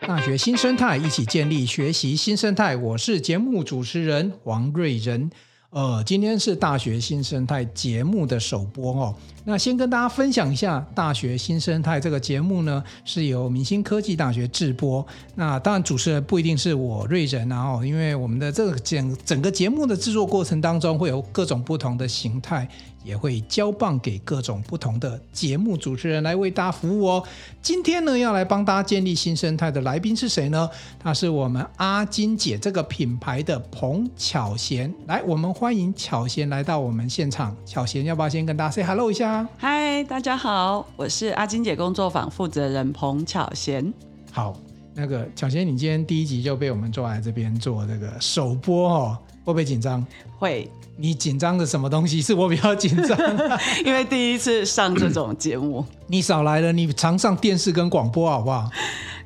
大学新生态，一起建立学习新生态。我是节目主持人王瑞仁。呃，今天是大学新生态节目的首播哦。那先跟大家分享一下，大学新生态这个节目呢，是由明星科技大学制播。那当然，主持人不一定是我瑞仁啊哦，因为我们的这个整整个节目的制作过程当中，会有各种不同的形态，也会交棒给各种不同的节目主持人来为大家服务哦。今天呢，要来帮大家建立新生态的来宾是谁呢？他是我们阿金姐这个品牌的彭巧贤。来，我们欢迎巧贤来到我们现场。巧贤，要不要先跟大家 say hello 一下？嗨，大家好，我是阿金姐工作坊负责人彭巧贤。好，那个巧贤，你今天第一集就被我们抓来这边做这个首播哦，会不会紧张？会，你紧张的什么东西？是我比较紧张。因为第一次上这种 节目，你少来了，你常上电视跟广播好不好？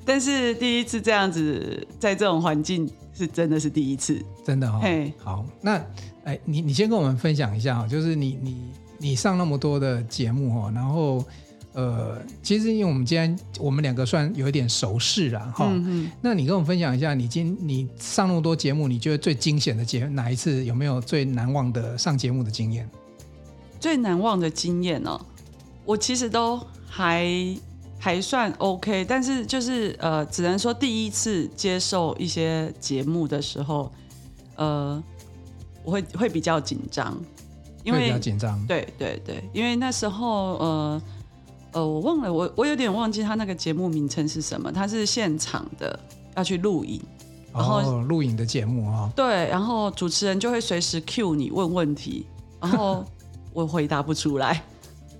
但是第一次这样子，在这种环境是真的是第一次。真的哈、哦嘿。好，那哎，你你先跟我们分享一下哈，就是你你你上那么多的节目哦，然后呃，其实因为我们今天我们两个算有一点熟识啦哈。嗯那你跟我们分享一下，你今你上那么多节目，你觉得最惊险的节哪一次？有没有最难忘的上节目的经验？哼，最难忘的经验哦，我其实都还还算 OK，但是就是呃，只能说第一次接受一些节目的时候，呃，我会会比较紧张，因会比为较紧张。对对对，因为那时候呃呃，我忘了，我我有点忘记他那个节目名称是什么，他是现场的要去录影，然后哦，录影的节目哈、对，然后主持人就会随时 cue 你问问题，然后我回答不出来，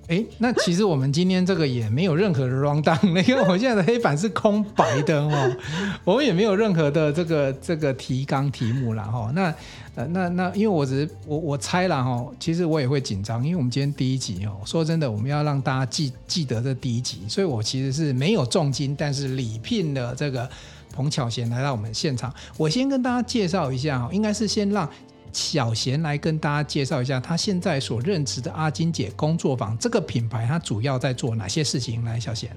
哎，那其实我们今天这个也没有任何的 round down，因为我们现在的黑板是空白的哦，我们也没有任何的这个这个提纲题目啦哈、哦。那呃那那，因为我只是我我猜啦哈、哦，其实我也会紧张，因为我们今天第一集哦，说真的，我们要让大家记记得这第一集，所以我其实是没有重金，但是礼聘了这个彭巧贤来到我们现场。我先跟大家介绍一下哦，应该是先让小贤来跟大家介绍一下，他现在所任职的阿金姐工作坊这个品牌，它主要在做哪些事情？来，小贤，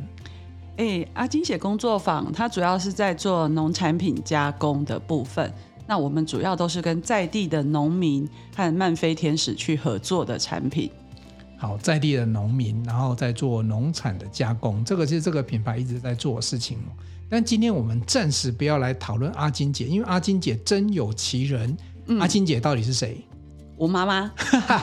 哎，阿金姐工作坊，它主要是在做农产品加工的部分。那我们主要都是跟在地的农民和漫飞天使去合作的产品。好，在地的农民，然后在做农产的加工，这个是这个品牌一直在做的事情哦。但今天我们暂时不要来讨论阿金姐，因为阿金姐真有其人。阿金姐到底是谁？我妈妈，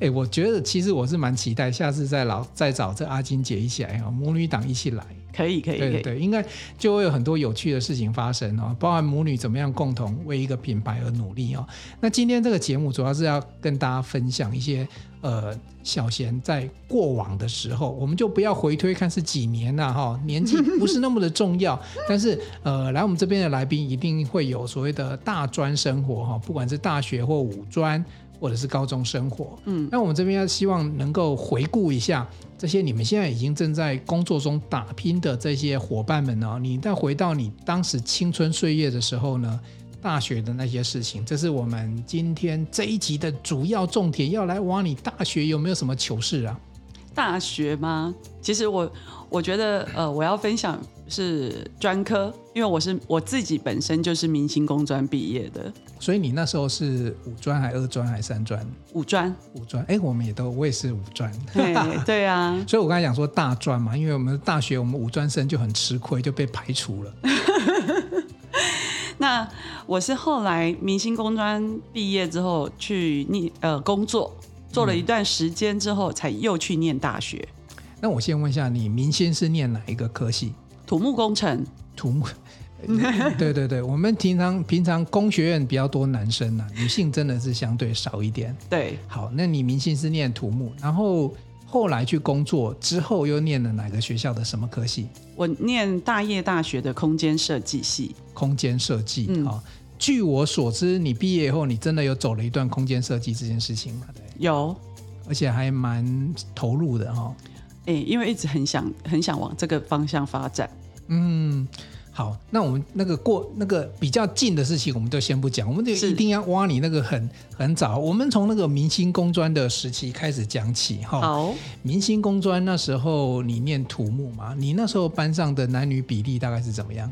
哎、我觉得其实我是蛮期待下次再老再找这阿金姐一起来哦，母女档一起来。可以可以可对对以，对，应该就会有很多有趣的事情发生哦，包含母女怎么样共同为一个品牌而努力哦。那今天这个节目主要是要跟大家分享一些呃，小贤在过往的时候，我们就不要回推看是几年了、哈，年纪不是那么的重 要，但是呃，来我们这边的来宾一定会有所谓的大专生活哈、不管是大学或五专。或者是高中生活，嗯，那我们这边要希望能够回顾一下这些你们现在已经正在工作中打拼的这些伙伴们呢、你再回到你当时青春岁月的时候呢，大学的那些事情，这是我们今天这一集的主要重点，要来挖你大学有没有什么糗事啊？大学吗？其实我我觉得，呃，我要分享是专科，因为我是我自己本身就是明星工专毕业的，所以你那时候是五专还二专还三专？五专。五专，哎，我们也都我也是五专， 嘿对啊， 所以我刚才讲说大专嘛，因为我们大学我们五专生就很吃亏，就被排除了。那我是后来明星工专毕业之后去念呃工作，做了一段时间之后，才又去念大学那我先问一下你，明星是念哪一个科系？土木工程。土木。呃对对对，我们平常平常工学院比较多男生呐、女性真的是相对少一点。对，好，那你明星是念土木，然后后来去工作之后又念了哪个学校的什么科系？我念大业大学的空间设计系。空间设计啊、嗯好据我所知，你毕业以后，你真的有走了一段空间设计这件事情嘛？对，有，而且还蛮投入的哈、哦。哎、因为一直很想很想往这个方向发展。嗯，好，那我们那个过那个比较近的事情，我们就先不讲，我们就是一定要挖你那个很很早。我们从那个明星工专的时期开始讲起哈。好，明星工专那时候你念土木嘛，你那时候班上的男女比例大概是怎么样？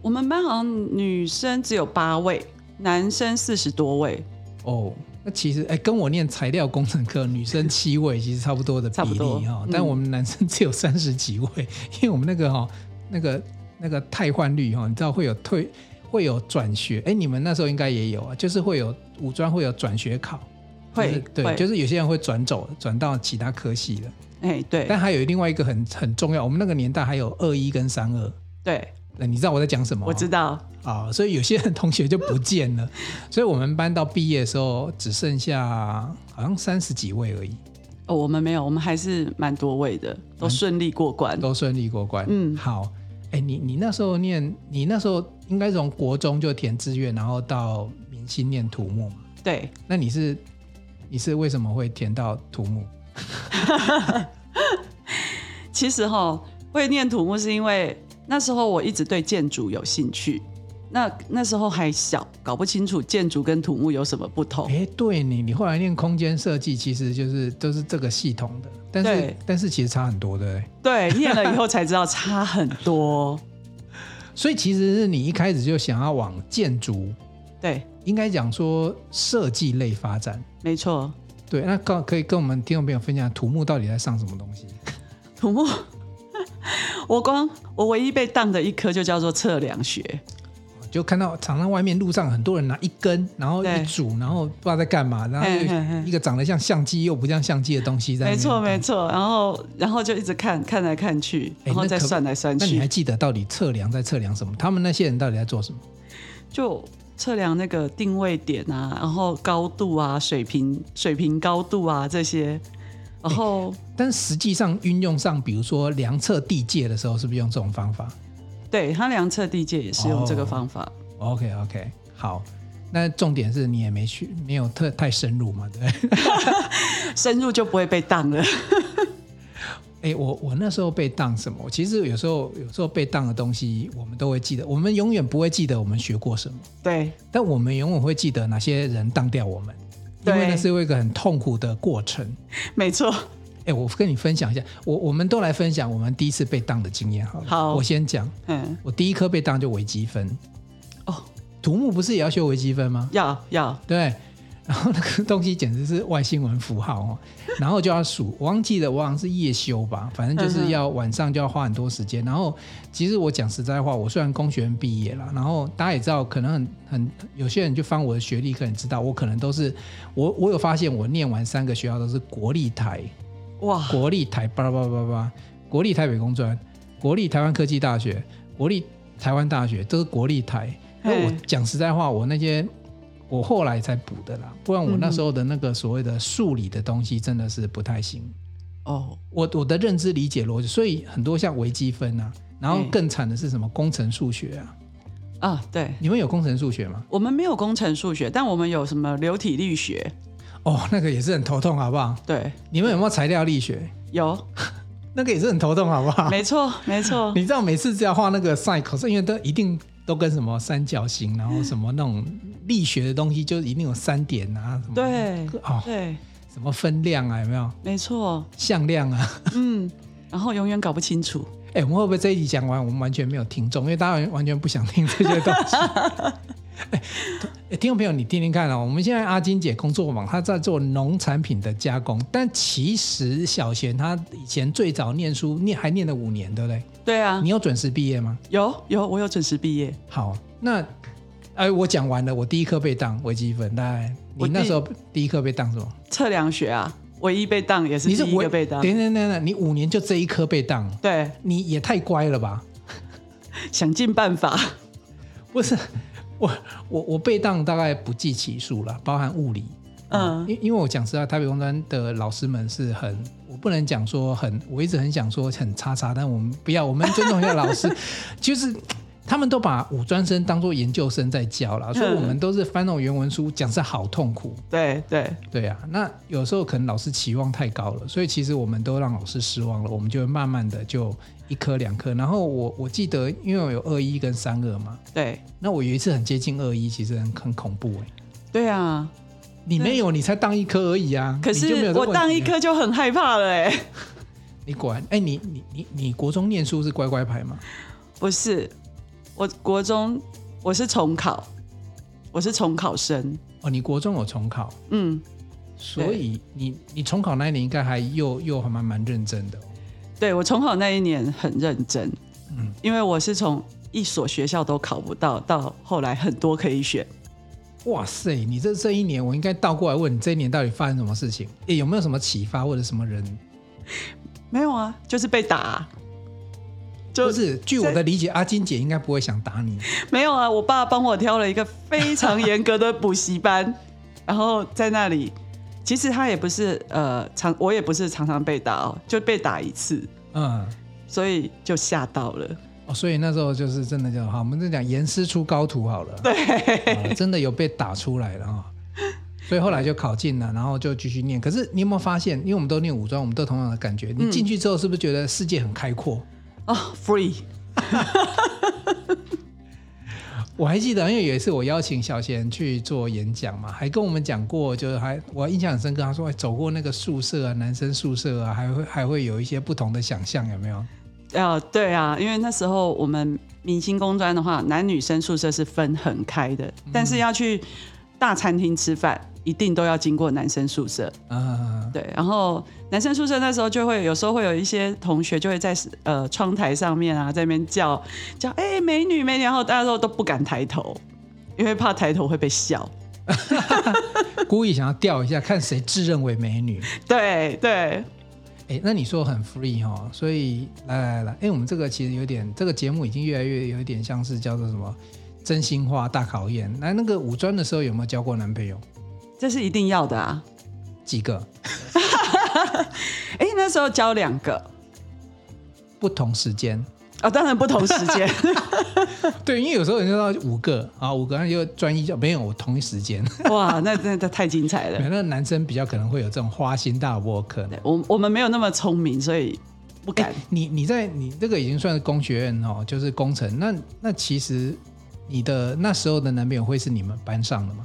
我们班好像女生只有八位，男生四十多位，哦，那其实哎，跟我念材料工程科，女生七位其实差不多的比差不多例哈、嗯但我们男生只有三十几位，因为我们那个哈、那个那个汰换率哈、你知道会有退，会有转学，哎，你们那时候应该也有啊，就是会有五专会有转学考，就会是、对，会，就是有些人会转走，转到其他科系的。哎，对但还有另外一个很很重要，我们那个年代还有二一跟三二，对，呃你知道我在讲什么？我知道，啊、所以有些人 同学就不见了，所以我们班到毕业的时候只剩下好像三十几位而已，哦，我们没有，我们还是蛮多位的，都顺利过关。嗯都顺利过关。嗯好，哎，你你那时候念，你那时候应该从国中就填志愿，然后到明星念土木嘛？对，那你是你是为什么会填到土木？哦其实哈，会念土木是因为那时候我一直对建筑有兴趣。那那时候还小，搞不清楚建筑跟土木有什么不同。哎，对你，你后来念空间设计，其实就是都是这个系统的，但是对但是其实差很多的。哎对，念了以后才知道差很多。所以其实是你一开始就想要往建筑对，应该讲说设计类发展。没错，对，那刚可以跟我们听众朋友分享土木到底在上什么东西？ 土木，我光我唯一被当的一科就叫做测量学。就看到常常外面路上很多人拿一根，然后一对组，然后不知道在干嘛，然后嘿嘿嘿就一个长得像相机又不像相机的东西在那没边错，没错。然后，然后就一直看看来看去，哎然后那再可算来算那你还去，记得到底测量在测量什么？他们那些人到底在做什么？就测量那个定位点啊，然后高度啊、水平、水平高度啊这些。然后，但实际上运用上，比如说量测地界的时候，是不是用这种方法对他量测地界也是用这哦个方法。 ？OK OK，好。那重点是你也没去，没有特太深入嘛，对不对？深入就不会被当 了。哎、我我那时候被当什么？其实有时候有时候被当的东西，我们都会记得，我们永远不会记得我们学过什么，对，但我们永远会记得哪些人当掉我们，因为对那是一个很痛苦的过程。没错，哎、我跟你分享一下，我我们都来分享我们第一次被当的经验好了。好我先讲，嗯，我第一科被当就微积分，哦，土木不是也要学微积分吗？要要，对，然后那个东西简直是外星文符号哦，然后就要数，我忘记了，我好像是夜修吧，反正就是要晚上就要花很多时间。然后其实我讲实在话，我虽然工学院毕业了，然后大家也知道，可能很很有些人就翻我的学历，可能知道我可能都是我我有发现，我念完三个学校都是国立台、哇，国立台巴拉巴拉巴拉巴拉，国立台北工专、国立台湾科技大学、国立台湾大学，都是国立台。那嘿我讲实在话，我那些我后来才补的啦，不然我那时候的那个所谓的数理的东西真的是不太行。哦，我我的认知理解逻辑，所以很多像微积分啊，然后嗯更惨的是什么工程数学啊？啊，对。你们有工程数学吗？我们没有工程数学，但我们有什么流体力学？哦，那个也是很头痛，好不好？对，你们有没有材料力学？有，那个也是很头痛，好不好？没错， 没错。啊 你知道每次只要画那个 sin cos，因为都一定都跟什么三角形，然后什么那种力学的东西，就一定有三点啊，什么对，哦，对，什么分量啊，有没有没错，向量啊？ 嗯，然后永远搞不清楚。哎、我们会不会这一集讲完，我们完全没有听众，因为大家完全不想听这些东西。 哎、哎听众朋友，你听听看啊、我们现在阿金姐工作坊，她在做农产品的加工，但其实小贤她以前最早念书念还念了五年，对不对？对啊你，有准时毕业吗？有有，我有准时毕业。好，那哎，我讲完了，我第一科被当微积分，来，你我那第时候第一科被当什么？测量学啊，唯一被当也是你是第一微个被当。等等等等，你五年就这一科被当，对，你也太乖了吧？想尽办法。不是， 我我我被当大概不计其数了，包含物理。哦嗯，因因为我讲实话，台北工专的老师们是很，我不能讲 说很，我一直很想说很叉叉，但我们不要，我们尊重一下老师，就是。他们都把五专生当做研究生在教啦，嗯所以我们都是翻那种原文书，讲是好痛苦。对对，对啊，那有时候可能老师期望太高了，所以其实我们都让老师失望了，我们就会慢慢的就一科两科。然后我我记得，因为我有二一跟三二嘛，对那我有一次很接近二一，其实很很恐怖哎、对啊。你没有，你才当一科而已啊。可你就没是有这我问题当一啊，科就很害怕了哎、你果然哎、你你你你国中念书是乖乖牌吗？不是，我国中我是重考，我是重考生，哦，你国中有重考，嗯，所以你你重考那一年应该还又又还蛮蛮认真的哦、对我重考那一年很认真，嗯因为我是从一所学校都考不到，到后来很多可以选，哇塞，你这这一年我应该倒过来问你，这一年到底发生什么事情？诶有没有什么启发或者什么人？没有啊，就是被打啊、就不是，据我的理解，阿金姐应该不会想打你。没有啊，我爸帮我挑了一个非常严格的补习班，然后在那里，其实他也不是呃常，我也不是常常被打哦，就被打一次，嗯，所以就吓到了。哦，所以那时候就是真的就好，我们就讲严师出高徒好了。对，啊真的有被打出来了哈。所以后来就考进了，然后就继续念。可是你有没有发现，因为我们都念武装，我们都同样的感觉。你嗯进去之后，是不是觉得世界很开阔？哦，free，我还记得，因为有一次我邀请小贤去做演讲嘛，还跟我们讲过，就是还我印象很深刻，他说、哎、走过那个宿舍啊，男生宿舍啊，还会还会有一些不同的想象，有没有？呃，对啊，因为那时候我们明星工专的话，男女生宿舍是分很开的，但是要去大餐厅吃饭，一定都要经过男生宿舍。啊、对，然后男生宿舍那时候就会有时候会有一些同学就会在呃窗台上面啊，在那边叫叫哎、美女美女，然后大家都都不敢抬头，因为怕抬头会被笑。故意想要吊一下，看谁自认为美女。对对，哎，那你说很 free 哦，所以来来来，哎，我们这个其实有点，这个节目已经越来越有一点像是叫做什么真心话大考验。那那个五专的时候有没有交过男朋友？这是一定要的啊。几个哎、那时候交两个不同时间？哦，当然不同时间。对，因为有时候人家到五个啊，五个那就专一叫没有，我同一时间。哇，那真的太精彩了 那。男生比较可能会有这种花心大窝可能。对我我们没有那么聪明，所以不敢。你你在你这个已经算是工学院哦，就是工程。那那其实你的那时候的男朋友会是你们班上的吗？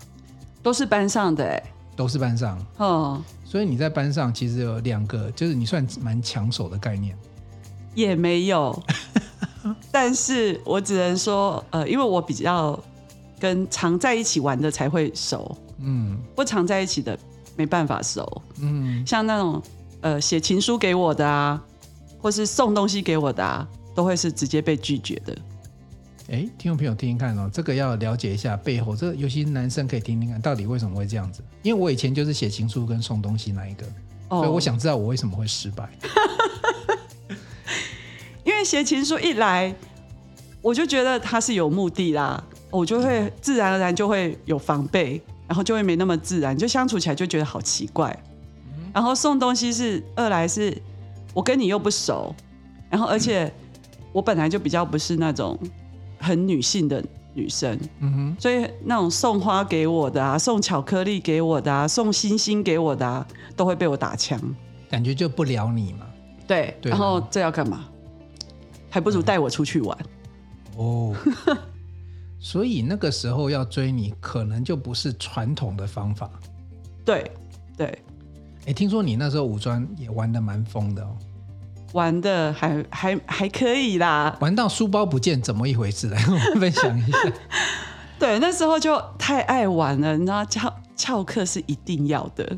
都是班上的哎、都是班上。哦，所以你在班上其实有两个，就是你算蛮抢手的概念。也没有。 但是我只能说，呃，因为我比较跟常在一起玩的才会熟，嗯不常在一起的没办法熟。嗯，像那种呃写情书给我的啊，或是送东西给我的啊，都会是直接被拒绝的。哎，听众朋友听听看哦，这个要了解一下背后，这个尤其是男生可以听听看，到底为什么会这样子？因为我以前就是写情书跟送东西那一个，哦所以我想知道我为什么会失败。因为写情书一来，我就觉得他是有目的啦，我就会自然而然就会有防备，然后就会没那么自然，就相处起来就觉得好奇怪。然后送东西是二来是我跟你又不熟，然后而且我本来就比较不是那种很女性的女生，嗯哼，所以那种送花给我的啊，送巧克力给我的啊，送星星给我的啊，都会被我打枪。感觉就不聊你嘛。对，对啊然后这要干嘛？还不如带我出去玩。 哦，所以那个时候要追你，可能就不是传统的方法。对对，哎，听说你那时候武专也玩的蛮疯的哦，玩的还还还可以啦。玩到书包不见，怎么一回事？来， 我们分享 一下。对，那时候就太爱玩了，你知道翘翘课是一定要的。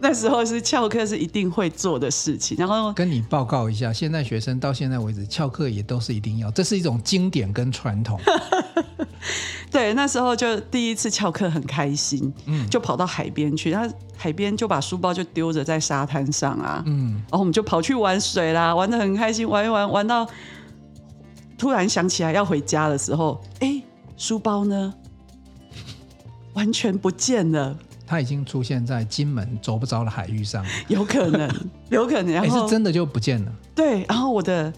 那时候是翘课是一定会做的事情，然后跟你报告一下，现在学生到现在为止翘课也都是一定要，这是一种经典跟传 统。对那时候就第一次翘课很开心，嗯就跑到海边去，然后海边就把书包就丢着在沙滩上啊，嗯，然后我们就跑去玩水啦，玩的很开心，玩一玩玩到突然想起来要回家的时候，哎，书包呢？完全不见了。它已经出现在金门走不着的海域上，有可 能，有可能。哎，然后是真的就不见了。对，然后我的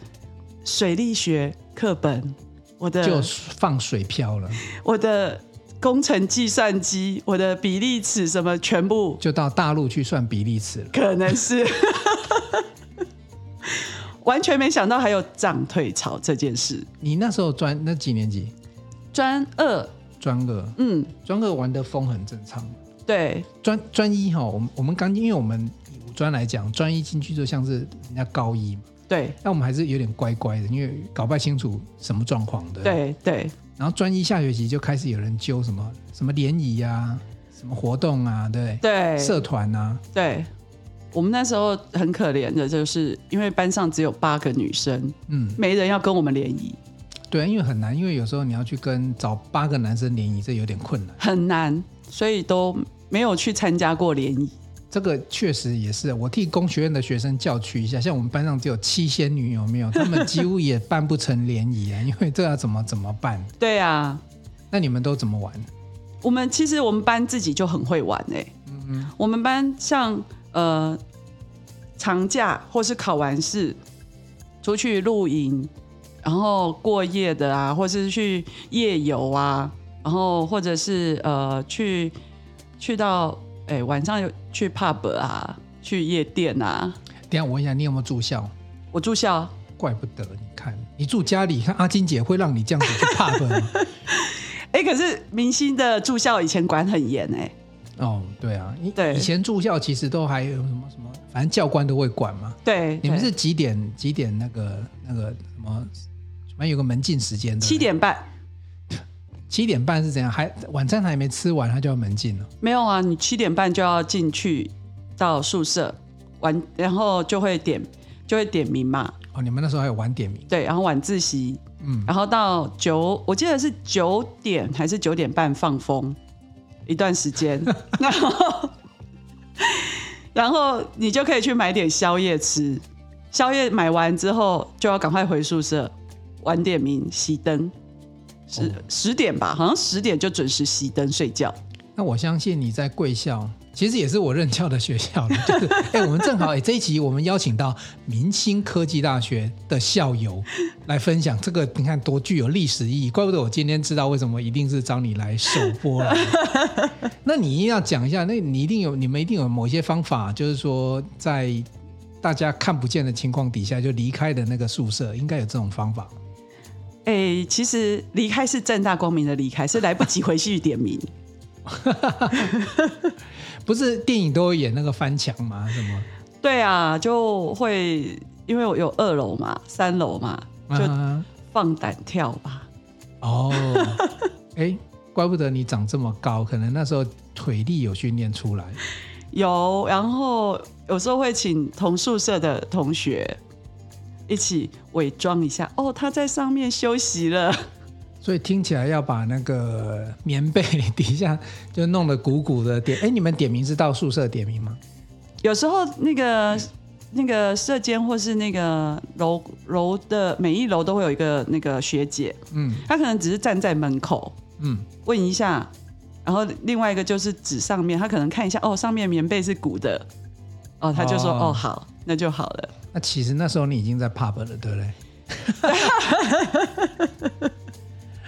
水力学课本我的就放水漂了，我的工程计算机，我的比例尺什么全部就到大陆去算比例尺了。可能是 完全没想到还有涨退潮这件事。你那时候专那几年级？专二，专二，嗯，专二玩的疯很正常。对，专专一哈，我们我们刚因为我们以五专来讲，专一进去就像是人家高一嘛，对，但我们还是有点乖乖的，因为搞不清楚什么状况的。。对，对，然后专一下学期就开始有人揪什么什么联谊啊，什么活动啊，对不对？对，社团啊，对。我们那时候很可怜的，就是因为班上只有八个女生，嗯，没人要跟我们联谊，对，啊因为很难，因为有时候你要去跟找八个男生联谊，这有点困难。很难，所以都没有去参加过联谊。这个确实也是，我替工学院的学生叫屈一下，像我们班上只有七仙女，有没有？他们几乎也办不成联谊啊，因为这要怎么怎么办？对啊，那你们都怎么玩？我们其实我们班自己就很会玩哎、我们班像呃长假或是考完试出去露营，然后过夜的啊，或是去夜游啊，然后或者是呃去去到哎、晚上有去 pub 啊，去夜店啊。等一下我问一下，你有没有住校？我住校，怪不得，你看你住家里，看阿金姐会让你这样子去 pub 吗？哎、可是明星的住校以前管很严哎、哦，对啊，以 对以前住校其实都还有什么什么，反正教官都会管嘛。对，你们对是几点几点那个那个什么？反正有个门禁时间的，七点半。七点半是怎样？还晚餐还没吃完，他就要门禁了。没有啊，你七点半就要进去到宿舍晚，然后就会点就会点名嘛，哦，你们那时候还有晚点名，对，然后晚自习，嗯，然后到九，我记得是九点还是九点半放风一段 时间，然后然后你就可以去买点宵夜吃，宵夜买完之后就要赶快回宿舍，晚点名熄灯。十哦十点吧，好像十点就准时熄灯睡觉。那我相信你在贵校，其实也是我任教的学校了。 就是，哎、我们正好，哎、这一集我们邀请到明星科技大学的校友来分享这个，你看多具有历史意义。怪不得我今天知道为什么一定是找你来首播了。那你一定要讲一下，那你一定有，你们一定有某些方法，就是说在大家看不见的情况底下就离开的那个宿舍，应该有这种方法。诶，哎其实离开是正大光明的离开，是来不及回去点名。不是电影都会演那个翻墙吗？什么？对啊，就会因为我有二楼嘛，三楼嘛，就啊放胆跳吧。哦，哎，怪不得你长这么高，可能那时候腿力有训练出来。有，然后有时候会请同宿舍的同学一起伪装一下，哦，他在上面休息了。所以听起来要把那个棉被底下就弄得鼓鼓的点。哎，你们点名是到宿舍点名吗？有时候那个那个舍监或是那个楼楼的每一楼都会有一个那个学姐，嗯她可能只是站在门口，嗯，问一下，然后另外一个就是指上面，他可能看一下，哦，上面棉被是鼓的，哦，他就说，哦哦好，那就好了。那其实那时候你已经在 pub 了，对不 对？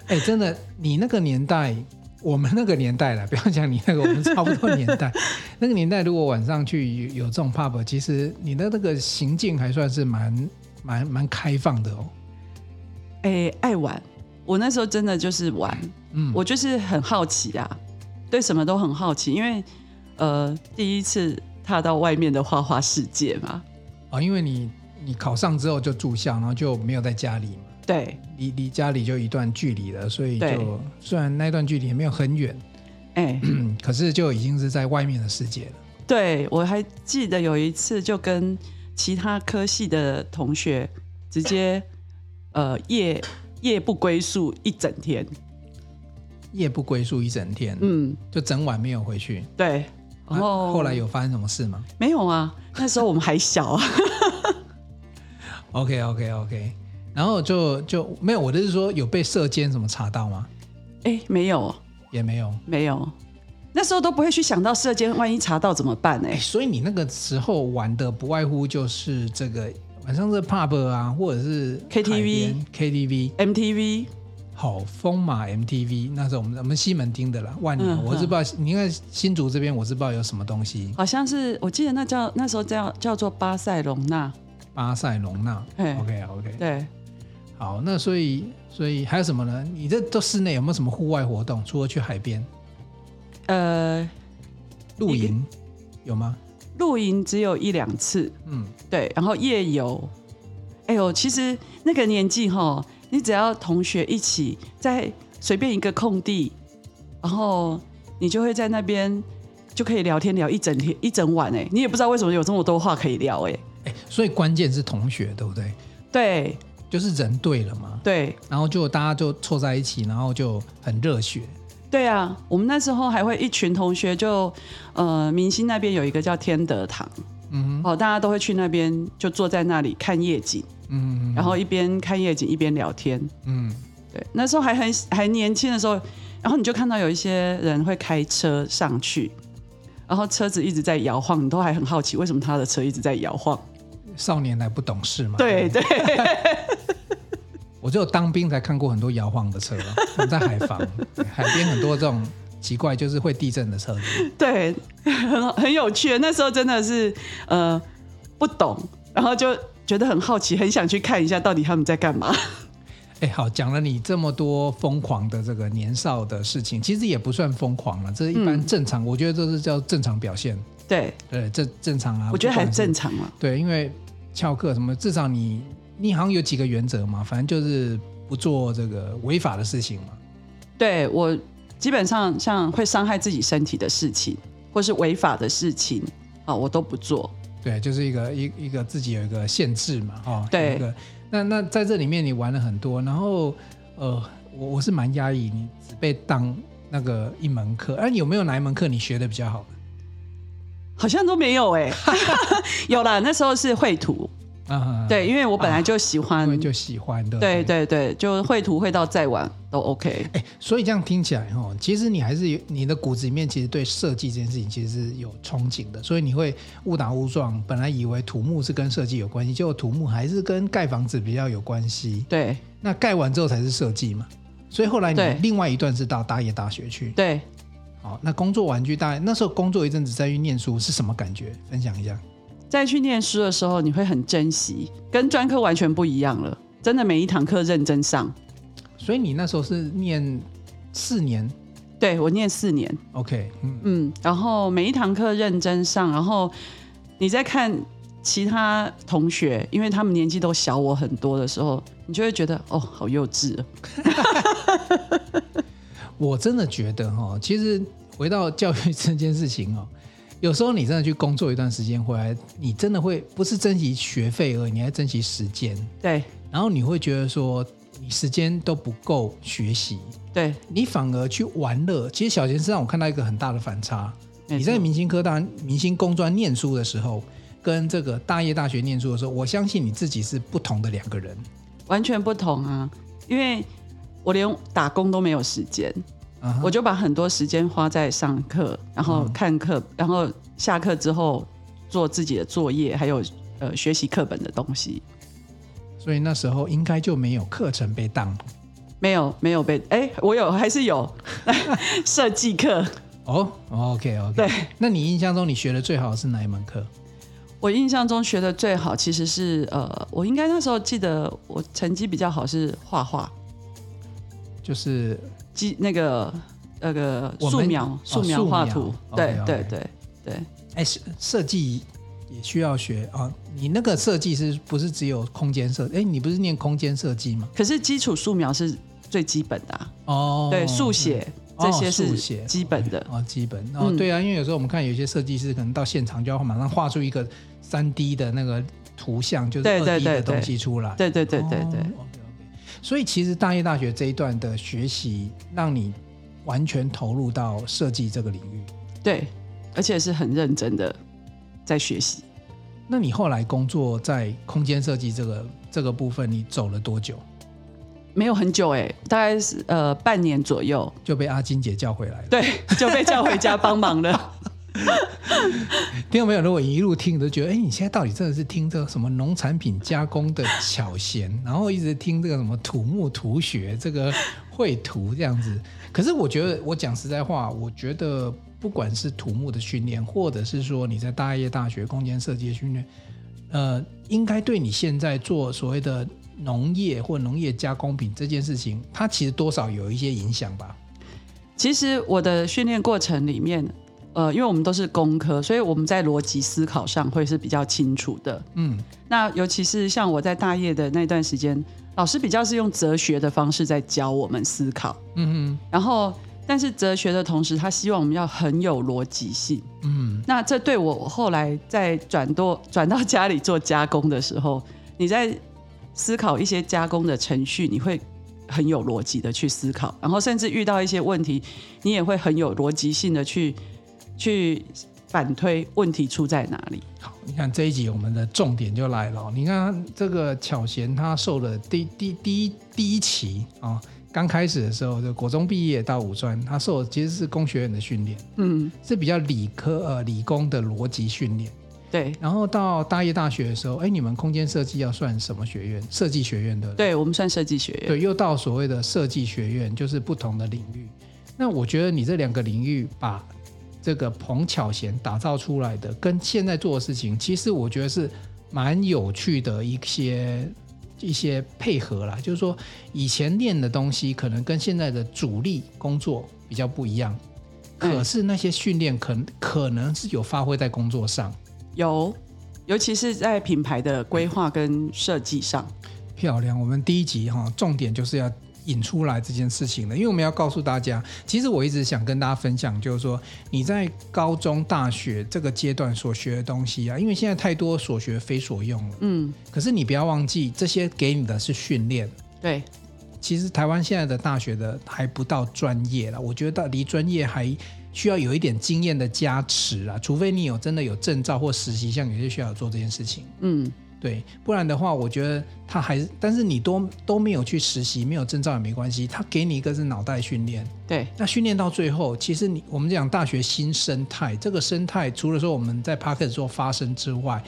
哎，真的，你那个年代，我们那个年代了，不要讲你那个，我们差不多年代。那个年代，如果晚上去有有这种 pub，其实你的那个行径还算是蛮蛮蛮开放的哦。哎，爱玩，我那时候真的就是玩，嗯，我就是很好奇啊，对什么都很好奇，因为呃，第一次踏到外面的花花世界嘛，哦，因为你你考上之后就住校，然后就没有在家里嘛，对，离离家里就一段距离了，所以对就虽然那段距离也没有很远，哎，嗯，可是就已经是在外面的世界了。 对我还记得有一次就跟其他科系的同学直接呃夜夜不归宿一整天，夜不归宿一整天，嗯。就整晚没有回去。对，然后、啊后来有发生什么事吗没有啊？那时候我们还小啊， ？OK OK OK，然后就就没有，我的是说有被射监什么查到吗？哎，没有，也没有。没有，那时候都不会去想到射监，万一查到怎么办、哎，哎，所以你那个时候玩的不外乎就是这个晚上是 pub 啊，或者是 KTV 海边 KTV。 MTV 好风马 MTV，那是我们我们西门町的啦，万年，嗯我是不知道，你看新竹这边我是不知道有什么东西，好像是我记得那叫那时候叫叫做巴塞隆纳，巴塞隆纳嘿，OK OK，对，好，那所以所以还有什么呢？你这都室内有没有什么户外活动？除了去海边呃，露营有吗？露营只有一两次，嗯，对，然后夜游，哎呦，其实那个年纪哈，你只要同学一起在随便一个空地，然后你就会在那边就可以聊天聊一整天一整晚，哎，你也不知道为什么有这么多话可以聊，哎，哎，所以关键是同学，对不对？对就是人对了嘛，对然后就大家就凑在一起，然后就很热血。对啊，我们那时候还会一群同学就呃，明星那边有一个叫天德堂。嗯哦，大家都会去那边，就坐在那里看夜景，嗯然后一边看夜景一边聊天。嗯，对，那时候还很还年轻的时候，然后你就看到有一些人会开车上去，然后车子一直在摇晃，你都还很好奇为什么他的车一直在摇晃。少年还不懂事嘛。对对，我只有当兵才看过很多摇晃的车，我们在海防 对海边很多这种奇怪就是会地震的车子。对，很很有趣。那时候真的是呃不懂，然后就觉得很好奇，很想去看一下到底他们在干嘛。哎，好，讲了你这么多疯狂的这个年少的事情，其实也不算疯狂了，这一嗯般正常，我觉得这是叫正常表现，对，对，这正常啊。我觉得不还管是正常嘛。对，因为翘课什么，至少你你好像有几个原则嘛，反正就是不做这个违法的事情嘛。对我基本上像会伤害自己身体的事情，或是违法的事情啊、我都不做。对，就是一个一一个自己有一个限制嘛，哦，对有一个那那在这里面你玩了很多，然后呃，我我是蛮压抑，你只被当那个一门课，哎、有没有哪一门课你学的比较好好像都没有 哎、有啦，那时候是绘图，的？啊，，对，因为我本来就喜欢，因为就喜欢的，嗯对。对对，就绘图绘到再晚都 OK。哎，所以这样听起来哦，其实你还是有你的骨子里面，其实对设计这件事情其实是有憧憬的，所以你会误打误撞，本来以为土木是跟设计有关系，结果土木还是跟盖房子比较有关系。对那盖完之后才是设计嘛，所以后来你对另外一段是到大业大学去。对，好，那工作完去大那时候工作一阵子再去念书是什么感觉？分享一下。再去念书的时候，你会很珍惜，跟专科完全不一样了。真的每一堂课认真上，所以你那时候是念四年对我念四年， ，OK，嗯，嗯，然后每一堂课认真上，然后你在看其他同学，因为他们年纪都小我很多的时候，你就会觉得哦，好幼稚哦。我真的觉得哈、其实回到教育这件事情哦，有时候你真的去工作一段时间回来，你真的会不是珍惜学费而已，你还珍惜时间，对然后你会觉得说你时间都不够学习，对，你反而去玩乐。其实小贤身上我看到一个很大的反差。没你在错明星科大、明星工专念书的时候，跟这个大业大学念书的时候，我相信你自己是不同的两个人。完全不同啊，因为我连打工都没有时间，啊哈我就把很多时间花在上课，然后嗯看课，然后下课之后做自己的作业，还有呃学习课本的东西。所以那时候应该就没有课程被当没有，没有被哎、我有还是有 设计课，哦。OK OK，对那你印象中你学的最好是哪一门课？我印象中学的最好其实是呃，我应该那时候记得我成绩比较好是画画，就是记那个那个我素们描哦素描素画描图，对 OK，OK 对对对，哎设设计也需要学啊。你那个设计是不是只有空间设？哎，你不是念空间设计吗？可是基础素描是最基本的、啊，哦，对速写这些哦速是写基本的，哦，基本哦，嗯对啊，因为有时候我们看有些设计师可能到现场就要马上画出一个三 D 的那个图像，就是对对二 D 的对对东西出来。对对对对对哦 OK，OK 所以其实大业大学这一段的学习，让你完全投入到设计这个领域。对，而且是很认真的在学习。那你后来工作在空间设计这个这个部分，你走了多久没有很久哎、大概是呃半年左右， 就被阿金姐叫回来了？ 对，就被叫回家帮忙了。听到没有？如果你一路听，你都觉得，哎，你现在到底真的是听这个什么农产品加工的巧弦，然后一直听这个什么土木图学、这个绘图这样子。 可是我觉得，我讲实在话，我觉得不管是土木的训练，或者是说你在大业大学空间设计的训练，呃，应该对你现在做所谓的农业或农业加工品这件事情，它其实多少有一些影响吧。其实我的训练过程里面，呃，因为我们都是工科，所以我们在逻辑思考上会是比较清楚的。嗯，那尤其是像我在大业的那段时间，老师比较是用哲学的方式在教我们思考，嗯然后但是哲学的同时，他希望我们要很有逻辑性。哼嗯那这对我后来在转多 转到家里做加工的时候，你在思考一些加工的程序，你会很有逻辑的去思考，然后甚至遇到一些问题，你也会很有逻辑性的去去反推问题出在哪里。好，你看这一集我们的重点就来了哦。你看这个巧贤，他受了第第第一第一期啊、哦刚开始的时候，就国中毕业到五专，他受的其实是工学院的训练，嗯，是比较理科呃理工的逻辑训练。对，然后到大业大学的时候，哎，你们空间设计要算什么学院？设计学院的。对我们算设计学院。对，又到所谓的设计学院，就是不同的领域。那我觉得你这两个领域把这个彭巧贤打造出来的，跟现在做的事情，其实我觉得是蛮有趣的一些一些配合啦。就是说，以前练的东西可能跟现在的主力工作比较不一样，嗯可是那些训练可能可能是有发挥在工作上。有，尤其是在品牌的规划跟设计上。漂亮，我们第一集哈、重点就是要引出来这件事情的，因为我们要告诉大家，其实我一直想跟大家分享，就是说你在高中、大学这个阶段所学的东西啊，因为现在太多所学非所用了，嗯，可是你不要忘记，这些给你的是训练。对，其实台湾现在的大学的还不到专业了，我觉得离专业还需要有一点经验的加持啊，除非你有真的有证照或实习，像有些学校有做这件事情。嗯，对，不然的话，我觉得他还是，但是你都都没有去实习，没有证照也没关系，他给你一个是脑袋训练。对，那训练到最后，其实你我们讲大学新生态，这个生态除了说我们在 p a c k e t 做发生之外，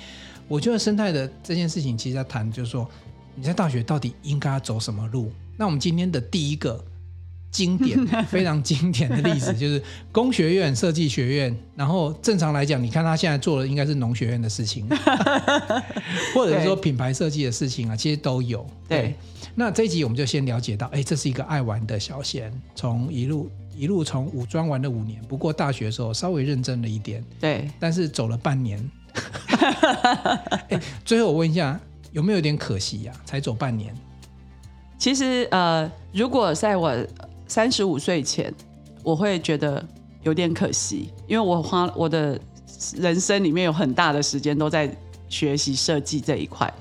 我觉得生态的这件事情，其实在谈就是说你在大学到底应该要走什么路。那我们今天的第一个经典、非常经典的例子，就是工学院、设计学院。然后正常来讲，你看他现在做的应该是农学院的事情，啊 或者是说品牌设计的事情啊，其实都有。对那这一集我们就先了解到，哎，这是一个爱玩的小贤，从一路一路从五专玩了五年，不过大学的时候稍微认真了一点，对，但是走了半年。 哎，最后我问一下，有没有点可惜呀、才走半年，其实呃，如果在我三十五岁前，我会觉得有点可惜，因为我花我的人生里面有很大的时间都在学习设计这一块。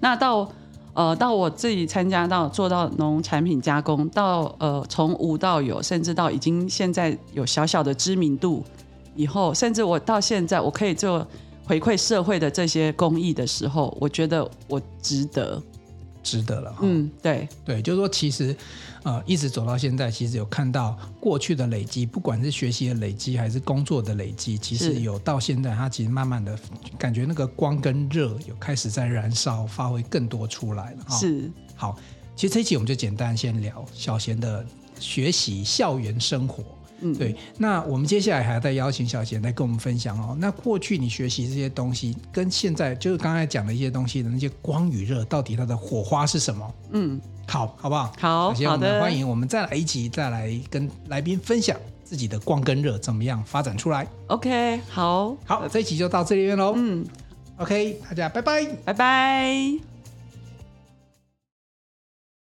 那到呃到我自己参加到做到农产品加工，到呃从无到有，甚至到已经现在有小小的知名度以后，甚至我到现在我可以做回馈社会的这些公益的时候，我觉得我值得。值得了、哈。嗯，对。对，就是说，其实，呃，一直走到现在，其实有看到过去的累积，不管是学习的累积还是工作的累积，其实是有到现在，它其实慢慢的感觉那个光跟热有开始在燃烧，发挥更多出来了。哈。是，好，其实这一集我们就简单先聊小贤的学习校园生活。嗯，对，那我们接下来还要再邀请小贤来跟我们分享哦。那过去你学习这些东西，跟现在就是刚才讲的一些东西的那些光与热，到底它的火花是什么？嗯，好，好不好？好首先我好们的欢迎我们再来一集，再来跟来宾分享自己的光跟热怎么样发展出来。 ，OK，好，好，这一集就到这里面喽。嗯， OK，大家拜拜。拜拜。